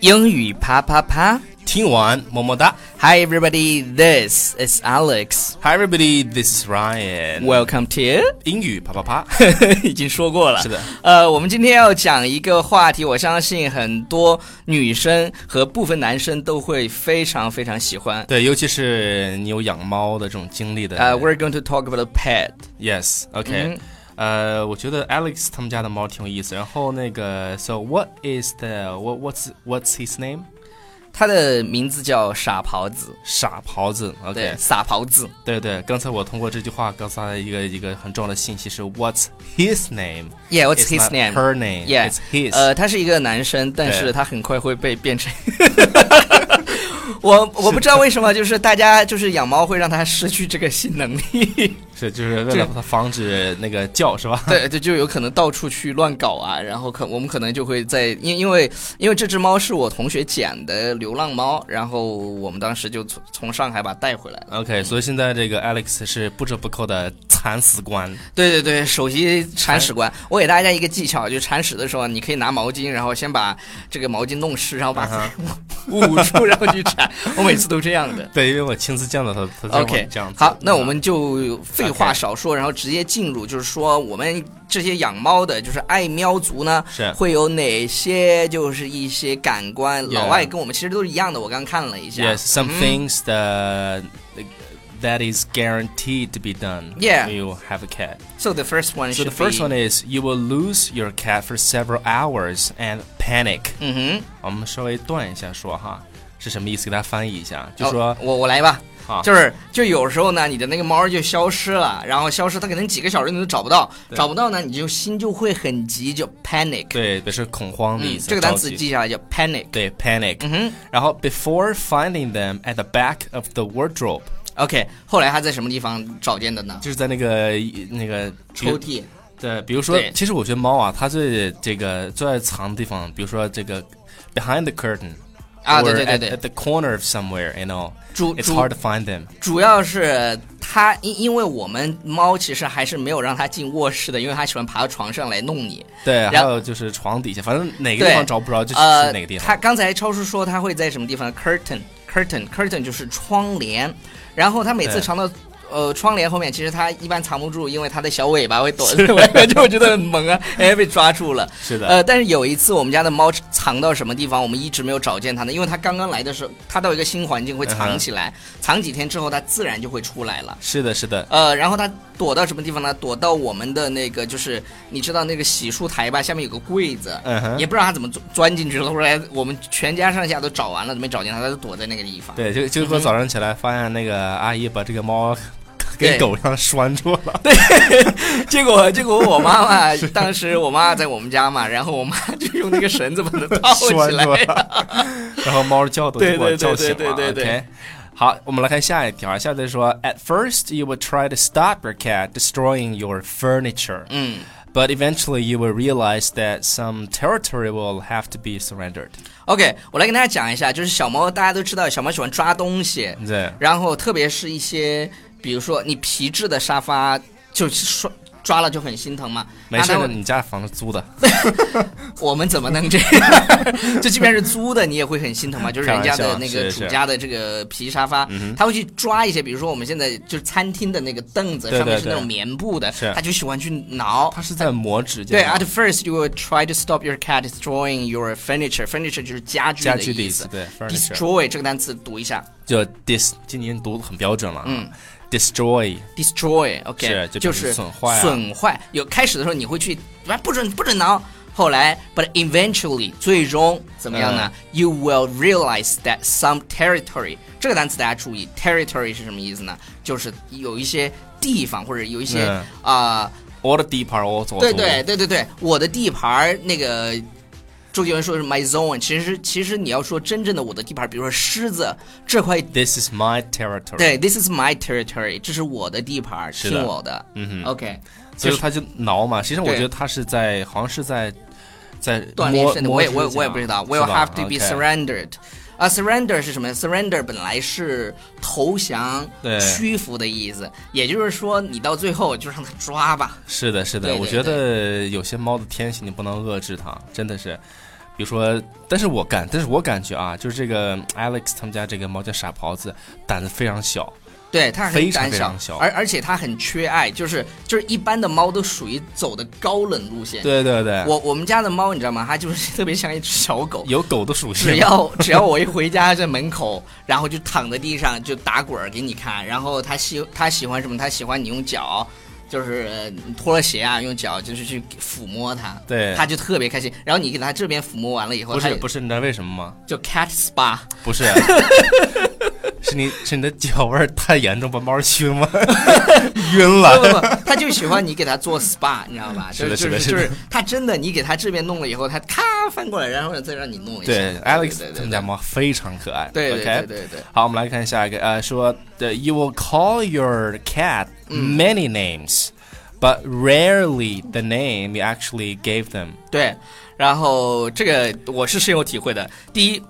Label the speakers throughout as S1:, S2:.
S1: 英语啪啪啪
S2: 听完么么哒。
S1: ！Hi everybody, this is Alex.
S2: Hi everybody, this is Ryan。
S1: Welcome to
S2: 英语啪啪啪。
S1: 已经说过了。
S2: 是的，
S1: 呃，我们今天要讲一个话题，我相信很多女生和部分男生都会非常非常喜欢。
S2: 对，尤其是你有养猫的这种经历的。
S1: 呃、w 嗯 e r e going to talk about a pet.
S2: Yes，OK。呃，我觉得 Alex 他们家的猫挺有意思。然后那个，So what is the what what's what's his name？
S1: 它的名字叫傻狍子，
S2: 傻狍子。OK，
S1: 对，傻狍子。
S2: 对对，刚才我通过这句话告诉他的一个一个很重要的信息是 What's his name？
S1: Yeah, what's
S2: It's
S1: his
S2: not
S1: name?
S2: Her name.
S1: Yeah.
S2: It's his.
S1: 呃，他是一个男生，但是
S2: 对
S1: 他很快会被变成。我我不知道为什么，就是大家就是养猫会让它失去这个性能 力，
S2: 是就是为
S1: 这
S2: 了防止那个叫是吧？
S1: 对对，就有可能到处去乱搞啊，然后可我们可能就会在因因为因为这只猫是我同学捡的流浪猫，然后我们当时就从从上海把它带回来了。
S2: OK，所以现在这个 Alex 是不折不扣的铲屎官。
S1: 对对对，首席铲屎官，我给大家一个技巧，就铲屎的时候，你可以拿毛巾，然后先把这个毛巾弄湿，然后把它
S2: 嗯
S1: 捂住，然后去铲。我每次都这样的。
S2: 对，因为我亲自见到他，他就
S1: OK，
S2: 会这样子。
S1: 好，那我们就废话少说，然后直接进入，就是说我们这些养猫的，就是爱喵族呢，
S2: 是
S1: 会有哪些就是一些感官？
S2: Yeah
S1: 老外跟我们其实都是一样的，我刚看了一下。
S2: Yes, some things that that is guaranteed to be done.
S1: Yeah.
S2: when you have a cat.
S1: So the first one
S2: So the
S1: should
S2: first
S1: be-
S2: one is you will lose your cat for several hours and panic.
S1: 嗯哼，
S2: 我们稍微断一下说哈，是什么意思？给大家翻译一下，就
S1: 哦
S2: 说、
S1: 我我来吧。
S2: 好
S1: 就是就有时候呢，你的那个猫儿就消失了，然后消失，它可能几个小时你都找不到，
S2: 对
S1: 找不到呢，你就心就会很急，就 panic。，
S2: 对，表示恐慌的意
S1: 嗯，
S2: 思。
S1: 这个单
S2: 着
S1: 词
S2: 急
S1: 记下来叫 panic。
S2: 对 panic，、
S1: 嗯
S2: 然后 before finding them at the back of the wardrobe，
S1: 哼，OK，后来它在什么地方找见的呢？
S2: 就是在那个那个比
S1: 抽屉。
S2: 对，比如说
S1: 对，
S2: 其实我觉得猫啊，它最这个最爱藏的地方，比如说这个 behind the curtain，
S1: 啊，对
S2: or
S1: 对对
S2: at-
S1: 对
S2: ，at，the corner of somewhere，you know，it's
S1: 主主
S2: hard to find them。
S1: 主要是它，因因为我们猫其实还是没有让它进卧室的，因为它喜欢爬到床上来弄你。
S2: 对，还
S1: 然
S2: 有就是床底下，反正哪个地
S1: 对
S2: 方找不着就去
S1: 呃，
S2: 哪个地
S1: 它
S2: 方。
S1: 刚才超叔说它会在什么地方？curtain curtain curtain 就是窗帘，然后它每次
S2: 对
S1: 藏到。呃，窗帘后面其实它一般藏不住，因为它的小尾巴 会 躲，我就觉得很萌啊，哎，被抓住了。
S2: 是的，
S1: 呃，但是有一次我们家的猫藏到什么地方，我们一直没有找见它呢，因为它刚刚来的时候，它到一个新环境会
S2: 嗯
S1: 藏起来，藏几天之后它自然就会出来了。
S2: 是的，是的，
S1: 呃，然后它躲到什么地方呢？躲到我们的那个，就是你知道那个洗漱台吧，下面有个柜子，
S2: 嗯哼
S1: 也。不知道它怎么钻钻进去了。后来我们全家上下都找完了，都没找见它，它就躲在那个地方。
S2: 对，就
S1: 嗯
S2: 就说早上起来发现那个阿姨把这个猫
S1: 对
S2: 给狗上拴住了。
S1: 结果，结果我妈妈当时我妈在我们家嘛，然后我妈就用那个绳子把它套
S2: 拴
S1: 起来
S2: 住。了，然后猫叫都
S1: 对
S2: 给
S1: 对
S2: 我叫醒了。
S1: 对对对对对
S2: OK，好，我们来看下一条啊。下一条说，At first you would try to stop your cat destroying your furniture,
S1: 嗯
S2: but eventually you will realize that some territory will have to be surrendered.
S1: ，OK，我来跟大家讲一下，就是小猫，大家都知道，小猫喜欢抓东西，
S2: 对，
S1: 然后特别是一些，比如说你皮质的沙发，就是刷抓了就很心疼嘛。
S2: 没事
S1: 那它
S2: 的，
S1: 会
S2: 你家房子租的，
S1: 我们怎么能这 样？就即便是租的，你也会很心疼嘛。就是人家的那
S2: 开
S1: 个
S2: 玩笑是嗯
S1: 主家的这个皮沙发，他会去抓一些，比如说我们现在就是餐厅的那个凳子，
S2: 对对
S1: 上面是
S2: 对
S1: 那种棉布的
S2: 是，
S1: 他就喜欢去挠。
S2: 它是在磨指甲。
S1: 对，at first you will try to stop your cat destroying your furniture. Furniture 就是家具
S2: 家具的
S1: 意
S2: 意思，对，furniture
S1: Destroy 这个单词读一下
S2: 就 dis，今年读的很标准了啊。
S1: 嗯
S2: Destroy，
S1: ，destroy，OK，、
S2: 是就表示
S1: 就是
S2: 损坏啊
S1: 损坏有开始的时候你会去，啊不准不准挠。后来，but eventually，最终怎么样呢、y
S2: 嗯
S1: o u will realize that some territory 这个单词大家注意，territory 是什么意思呢？就是有一些地方或者有一些
S2: 嗯
S1: 啊、
S2: 我的地盘儿我做
S1: 对
S2: 主
S1: 对对对对，我的地盘儿那个。周杰伦说是 my zone，其实其实你要说真正的我的地盘儿，比如说狮子这块
S2: ，This is my territory。
S1: 对，This is my territory，这是我的地盘，
S2: 是
S1: 听
S2: 的
S1: 我的。
S2: 嗯哼
S1: OK，
S2: 所以他就挠嘛。其实我
S1: 对
S2: 觉得他是在，好像是在在
S1: 锻炼
S2: 摸
S1: 身体，我也我
S2: 摸
S1: 也
S2: 指甲
S1: 我也不知道。
S2: 是
S1: Will
S2: 吧
S1: have to be
S2: OK
S1: surrendered。啊，surrender 是什么？surrender 本来是投降、
S2: 对
S1: 屈服的意思，也就是说，你到最后就让他抓吧。
S2: 是的，是的，
S1: 对对
S2: 我觉得有些猫的天性你不能遏制它，真的是。比如说，但是我感，但是我感觉啊，就是这个 Alex 他们家这个猫叫傻狍子，胆子非常小。
S1: 对，它是
S2: 非
S1: 很
S2: 常
S1: 胆
S2: 非
S1: 小
S2: 常，小
S1: 而而且它很缺爱，就是就是一般的猫都属于走的高冷路线。
S2: 对对对，
S1: 嗯我我们家的猫你知道吗？它就是特别像一只小狗，
S2: 有狗的属性。
S1: 只要只要我一回家，在门口，然后就躺在地上就打滚儿给你看。然后他喜他喜欢什么？他喜欢你用脚，就是呃你脱了鞋啊，用脚就是去抚摸它，
S2: 对
S1: 它就特别开心。然后你给它这边抚摸完了以后，
S2: 不
S1: 它
S2: 是不是，你知道为什 么吗？
S1: 就 cat spa。
S2: 不是，是你是你的脚味儿太严重，把猫熏了， 晕
S1: 不
S2: 了。
S1: 不不，它就喜欢你给它做 spa，你知道吧？就是
S2: 的
S1: 就是
S2: 的是
S1: 就
S2: 的
S1: 是它真的，你给它这边弄了以后，它咔翻过来，然后再让你弄一下。
S2: 对，Alex
S1: 对对
S2: 他们家猫非常可爱。
S1: 对对
S2: OK
S1: 对对对。
S2: 好，我们来看下一个，呃，说的 You will call your cat many names, but rarely the name you actually gave them。
S1: 对，然后这个我是深有体会的。第一，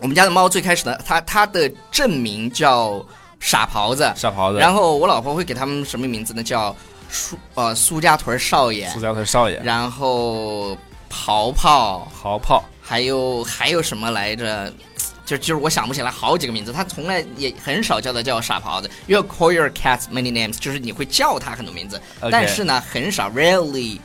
S1: 我们家的猫最开始呢，它它的正名叫傻狍子，
S2: 傻狍子，
S1: 然后我老婆会给它们什么名字呢？叫苏呃苏家屯少爷
S2: 塑，胶头少爷，
S1: 然后刨刨，
S2: 豪炮，
S1: 还有还有什么来着？就就是我想不起来好几个名字，它从来也很少叫它叫傻狍子。You call your cat many names，就是你会叫它很多名字
S2: OK
S1: 但是呢，很少，rarely，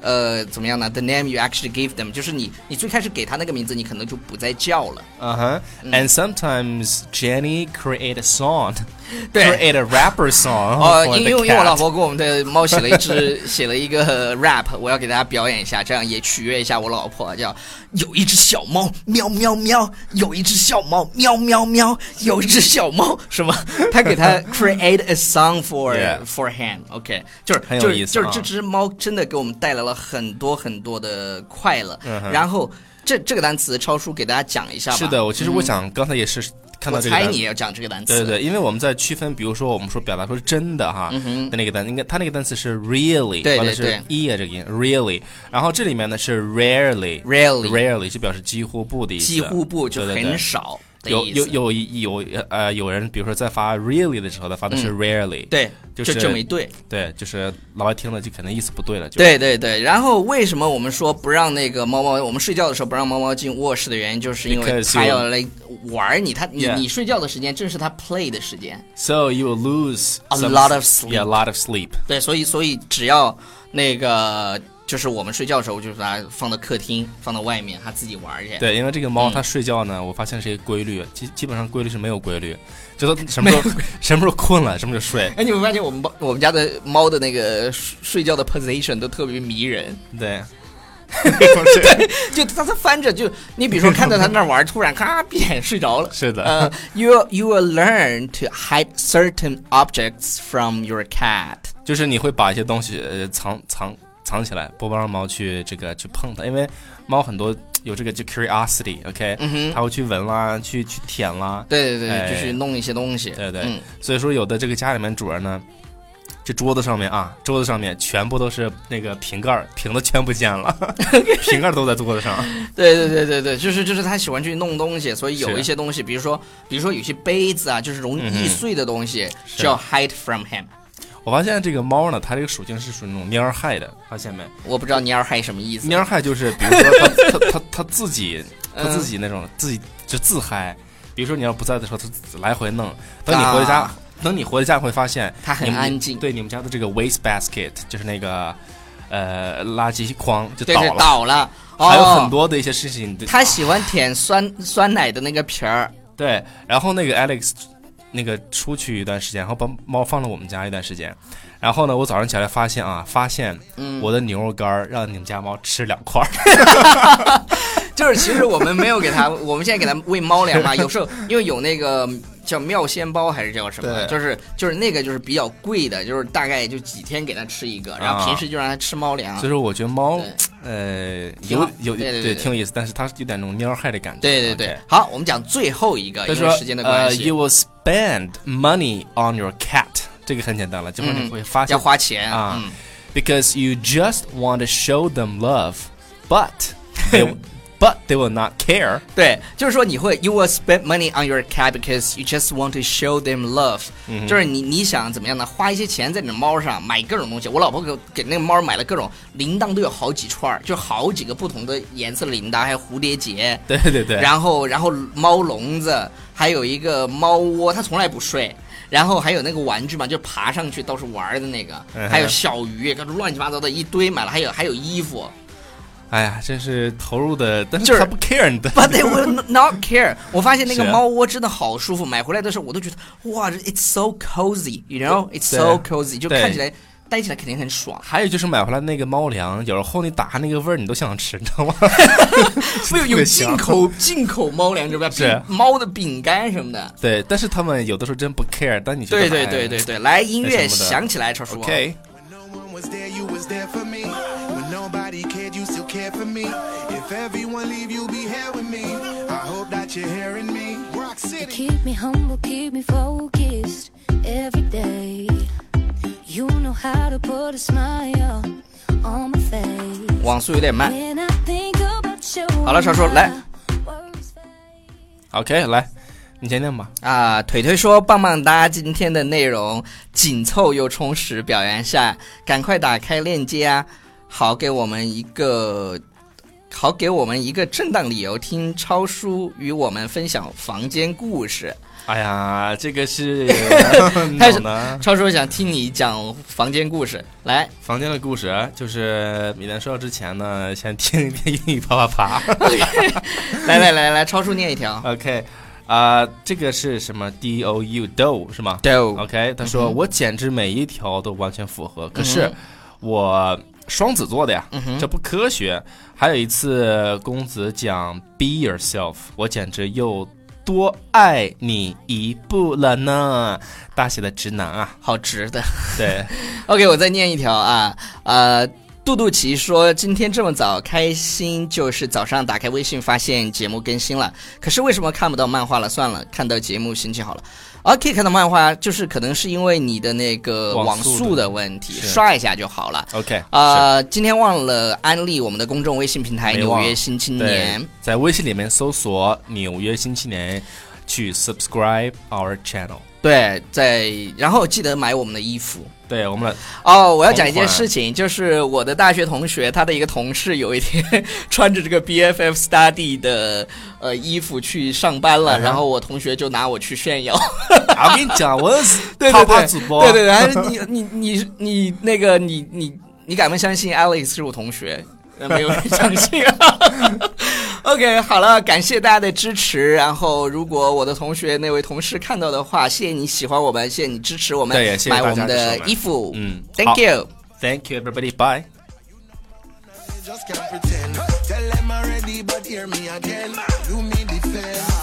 S1: 呃，怎么样呢？The name you actually gave them，就是你你最开始给它那个名字，你可能就不再叫了。
S2: 嗯哼。And sometimes Jenny create a song,
S1: 对
S2: create a rapper song
S1: 呃，
S2: for
S1: 因
S2: the
S1: 为因为我老
S2: 哦 cat。
S1: 婆给我们的猫写了一只 写了一个呃 rap，我要给大家表演一下，这样也取悦一下我老婆。叫有一只小猫喵喵喵，有一只小猫喵喵喵，有一只小猫 什么？他给 他 create a song for
S2: Yeah.
S1: for him，OK，、就是
S2: 很有
S1: 就是
S2: 意思
S1: 就是
S2: 啊
S1: 这只猫真的给我们带来了很多很多的快乐。
S2: 嗯哼
S1: 然后这这个单词超叔给大家讲一下吧。
S2: 是的，，我其实我想刚才也是看到
S1: 我
S2: 这个单
S1: 猜
S2: 词。
S1: 你也要讲这个单词。
S2: 对对对，因为我们在区分，比如说我们说表达说真的哈，的那个单，应该它那个单词是 really，
S1: 嗯对对
S2: 完了是
S1: 对
S2: e 啊这个音 really，然后这里面呢是 rarely。
S1: ，rarely
S2: rarely 就表示几乎不的意思，
S1: 几乎不就
S2: 对对
S1: 很
S2: 对
S1: 少的
S2: 有
S1: 意思。
S2: 有有有呃有人，比如说在发 really 的时候，他发的是 rarely，、
S1: 嗯对，
S2: 就
S1: 就是就没对，
S2: 对，就是老外听了就可能意思不对了，就
S1: 对对对。然后为什么我们说不让那个猫猫，我们睡觉的时候不让猫猫进卧室的原因，就是因为
S2: Because
S1: 它
S2: you-
S1: 要来玩你，它你
S2: Yeah
S1: 你睡觉的时间正是它 play 的时间。
S2: so you will lose
S1: A
S2: some-
S1: lot of sleep.
S2: yeah, a lot of sleep，
S1: 对，所以所以只要那个就是我们睡觉的时候，就把它放到客厅，放到外面，它自己玩去。
S2: 对，因为这个
S1: 嗯
S2: 猫它睡觉呢，我发现是一个规律，基基本上规律是没有规律，就它什么时候什么时候困了，什么时候睡，
S1: 哎，你们发现我们猫我们家的猫的那个睡睡觉的 position 都特别迷人，
S2: 对，
S1: 就它它翻着就，你比如说看到它那儿玩，突然咔闭眼睡着了，
S2: 是的，
S1: Uh, you you will learn to hide certain objects from your cat.
S2: 就是你会把一些东西呃藏藏藏起来，不帮猫去这个去碰它，因为猫很多有这个就 curiosity，OK，、它会去闻啦，去去舔啦，
S1: 对对
S2: 哎
S1: 对，就是弄一些东西。
S2: 对对
S1: 嗯
S2: 所以说有的这个家里面主人呢。这桌子上面啊，桌子上面全部都是那个瓶盖儿，瓶子全不见 了，瓶盖儿都在桌子上。
S1: 对对对对对，就是就是他喜欢去弄东西，所以有
S2: 是
S1: 一些东西，比如说比如说有些杯子啊，就是容易
S2: 嗯哼
S1: 易碎的东西，
S2: 是
S1: 就要 hide from him。
S2: 我发现这个猫呢，它这个属性是属于那种蔫儿害的，发现没？
S1: 我不知道你要 hide 什么意思。
S2: 蔫儿害就是，比如说它它它它自己，它
S1: 嗯
S2: 自己那种自己就自嗨。比如说你要不在的时候，它自己来回弄。等你回到家，
S1: 啊
S2: 等你回到家会发现
S1: 它很
S2: 你们
S1: 安静
S2: 对，你们家的这个 waste basket 就是那个呃垃圾筐就
S1: 对
S2: 倒
S1: 对
S2: 了，，
S1: 倒了。
S2: 还有很
S1: 哦，
S2: 多的一些事情。
S1: 他喜欢舔酸酸奶的那个皮儿。
S2: 对，然后那个 Alex 那个出去一段时间，然后把猫放到我们家一段时间，然后呢，我早上起来发现啊，发现
S1: 嗯
S2: 我的牛肉干儿让你们家猫吃两块儿，
S1: 就是其实我们没有给它，我们现在给它喂猫粮嘛，有时候因为有那个叫妙鲜包还是叫什么，
S2: 对
S1: 就是就是那个就是比较贵的，就是大概就几天给它吃一个，然后
S2: 啊
S1: 平时就让它吃猫粮。
S2: 所以说我觉得猫
S1: 啊对，
S2: 呃，
S1: 挺
S2: 有
S1: 好
S2: 有
S1: 对对对
S2: 挺有意思，但是它有点那种蔫儿害的感觉。
S1: 对对对
S2: OK。，
S1: 好，我们讲最后一个，
S2: 他
S1: 因
S2: 说
S1: 为时间的关
S2: 呃
S1: 系
S2: ，You，will spend money on your cat，这个很简单了，就是你
S1: 嗯
S2: 会发现
S1: 要花钱
S2: 啊
S1: 嗯，
S2: ，because you just want to show them love，but they but they will not care。
S1: 对，就是说你会 you will spend money on your cat because you just want to show them love，、就是
S2: 嗯
S1: 你你想怎么样呢？花一些钱在你的猫上买各种东西。我老婆给给那个猫买了各种铃铛，都有好几串儿，就是好几个不同的颜色的铃铛，还有蝴蝶结，
S2: 对对对，
S1: 然后然后猫笼子，还有一个猫窝，它从来不睡。然后还有那个玩具嘛，就爬上去到处玩儿的那个，
S2: 嗯哼
S1: 还有小鱼，各种乱七八糟的一堆买了，还有还有衣服，
S2: 哎呀，真是投入的，但
S1: 就是
S2: 是他不 care 你的。
S1: But they will not care。我发现那个
S2: 是啊
S1: 猫窝真的好舒服，买回来的时候我都觉得哇，it's so cozy，you know，it's so
S2: 对啊
S1: cozy，就
S2: 对
S1: 看起来待起来肯定很 爽。
S2: 还有就是买回来那个猫粮，有时候你打开那个味儿，你都想吃，你知道 吗？
S1: 没有
S2: 特
S1: 有
S2: 别
S1: 进
S2: 香
S1: 口进口猫粮，对吧？
S2: 是啊
S1: 饼猫的饼干什么的。
S2: 对，但是他们有的时候真不 care，但你觉得
S1: 对对
S2: 哎
S1: 对对对，来音乐
S2: 那什么的
S1: 响起来，超叔。
S2: ，OK，
S3: When no one was there, you was there for me. When nobody cared, you still cared for me. If everyone leave, you'll be here with me. I hope that you're hearing me. Rock
S4: You
S3: City.
S4: keep me humble, keep me focused every day. You know how to put a smile on my face.
S1: 网速有点慢。
S4: When I think about you,
S1: 好了，少说，来。
S4: my words fade.
S2: OK，来，你先念吧。
S1: 啊，腿腿说棒棒哒，今天的内容紧凑又充实，表扬下，赶快打开链接啊，好给我们一个。好，给我们一个正当理由，听超叔与我们分享房间故事。
S2: 哎呀，这个是
S1: 开
S2: 开
S1: 始
S2: 始呢。
S1: 超叔想听你讲房间故事，来，
S2: 房间的故事就是米兰说到之前呢，先听一遍英语啪啪啪。
S1: 来来来来，超叔念一条。
S2: OK，啊、这个是什么？D O U DO 是吗？
S1: 对
S2: OK，他说、我简直每一条都完全符合，可是我双子座的
S1: 嗯
S2: 呀，这不科学。还有一次公子讲 Be yourself，我简直又多爱你一步了呢，大写的直男啊，
S1: 好直的。
S2: 对，
S1: OK，我再念一条啊，呃，杜杜奇说今天这么早开心，就是早上打开微信发现节目更新了，可是为什么看不到漫画了？算了，看到节目心情好了。OK，看到漫画就是可能是因为你的那个
S2: 网
S1: 网
S2: 速
S1: 速
S2: 的
S1: 的问题，
S2: 是
S1: 刷一下就好了。
S2: OK，是
S1: 呃，今天忘了安利我们的公众微信平台《
S2: 没
S1: 纽
S2: 忘
S1: 约新青
S2: 对
S1: 年》。，
S2: 在微信里面搜索“纽约新青年”，去 subscribe our channel。
S1: 对，在然后记得买我们的衣服。
S2: 对我们的
S1: 哦，我要讲一
S2: 同款
S1: 件事情，就是我的大学同学，他的一个同事，有一天 穿着这个 BFF study 的呃衣服去上班了，
S2: 嗯哼
S1: 然后我同学就拿我去炫耀，
S2: 啊，我跟你讲，我是
S1: 对
S2: 啪
S1: 对
S2: 啪
S1: 对，
S2: 主播，
S1: 对对对，还是你你你你那个你你你敢不敢相信 Alex 是我同学？呃没有人相信 啊。OK，好了，感谢大家的支持。然后，如果我的同学那位同事看到的话，谢谢你喜欢我们，谢谢你支持我们，
S2: 对也谢谢
S1: 买
S2: 大家
S1: 我们
S2: 支持
S1: 的
S2: 我们
S1: 衣服。
S2: 嗯
S1: ，Thank
S2: 好
S1: you。
S2: ，Thank you everybody, bye。
S3: Just can't pretend. Tell them already, but hear me again. Do me the favor.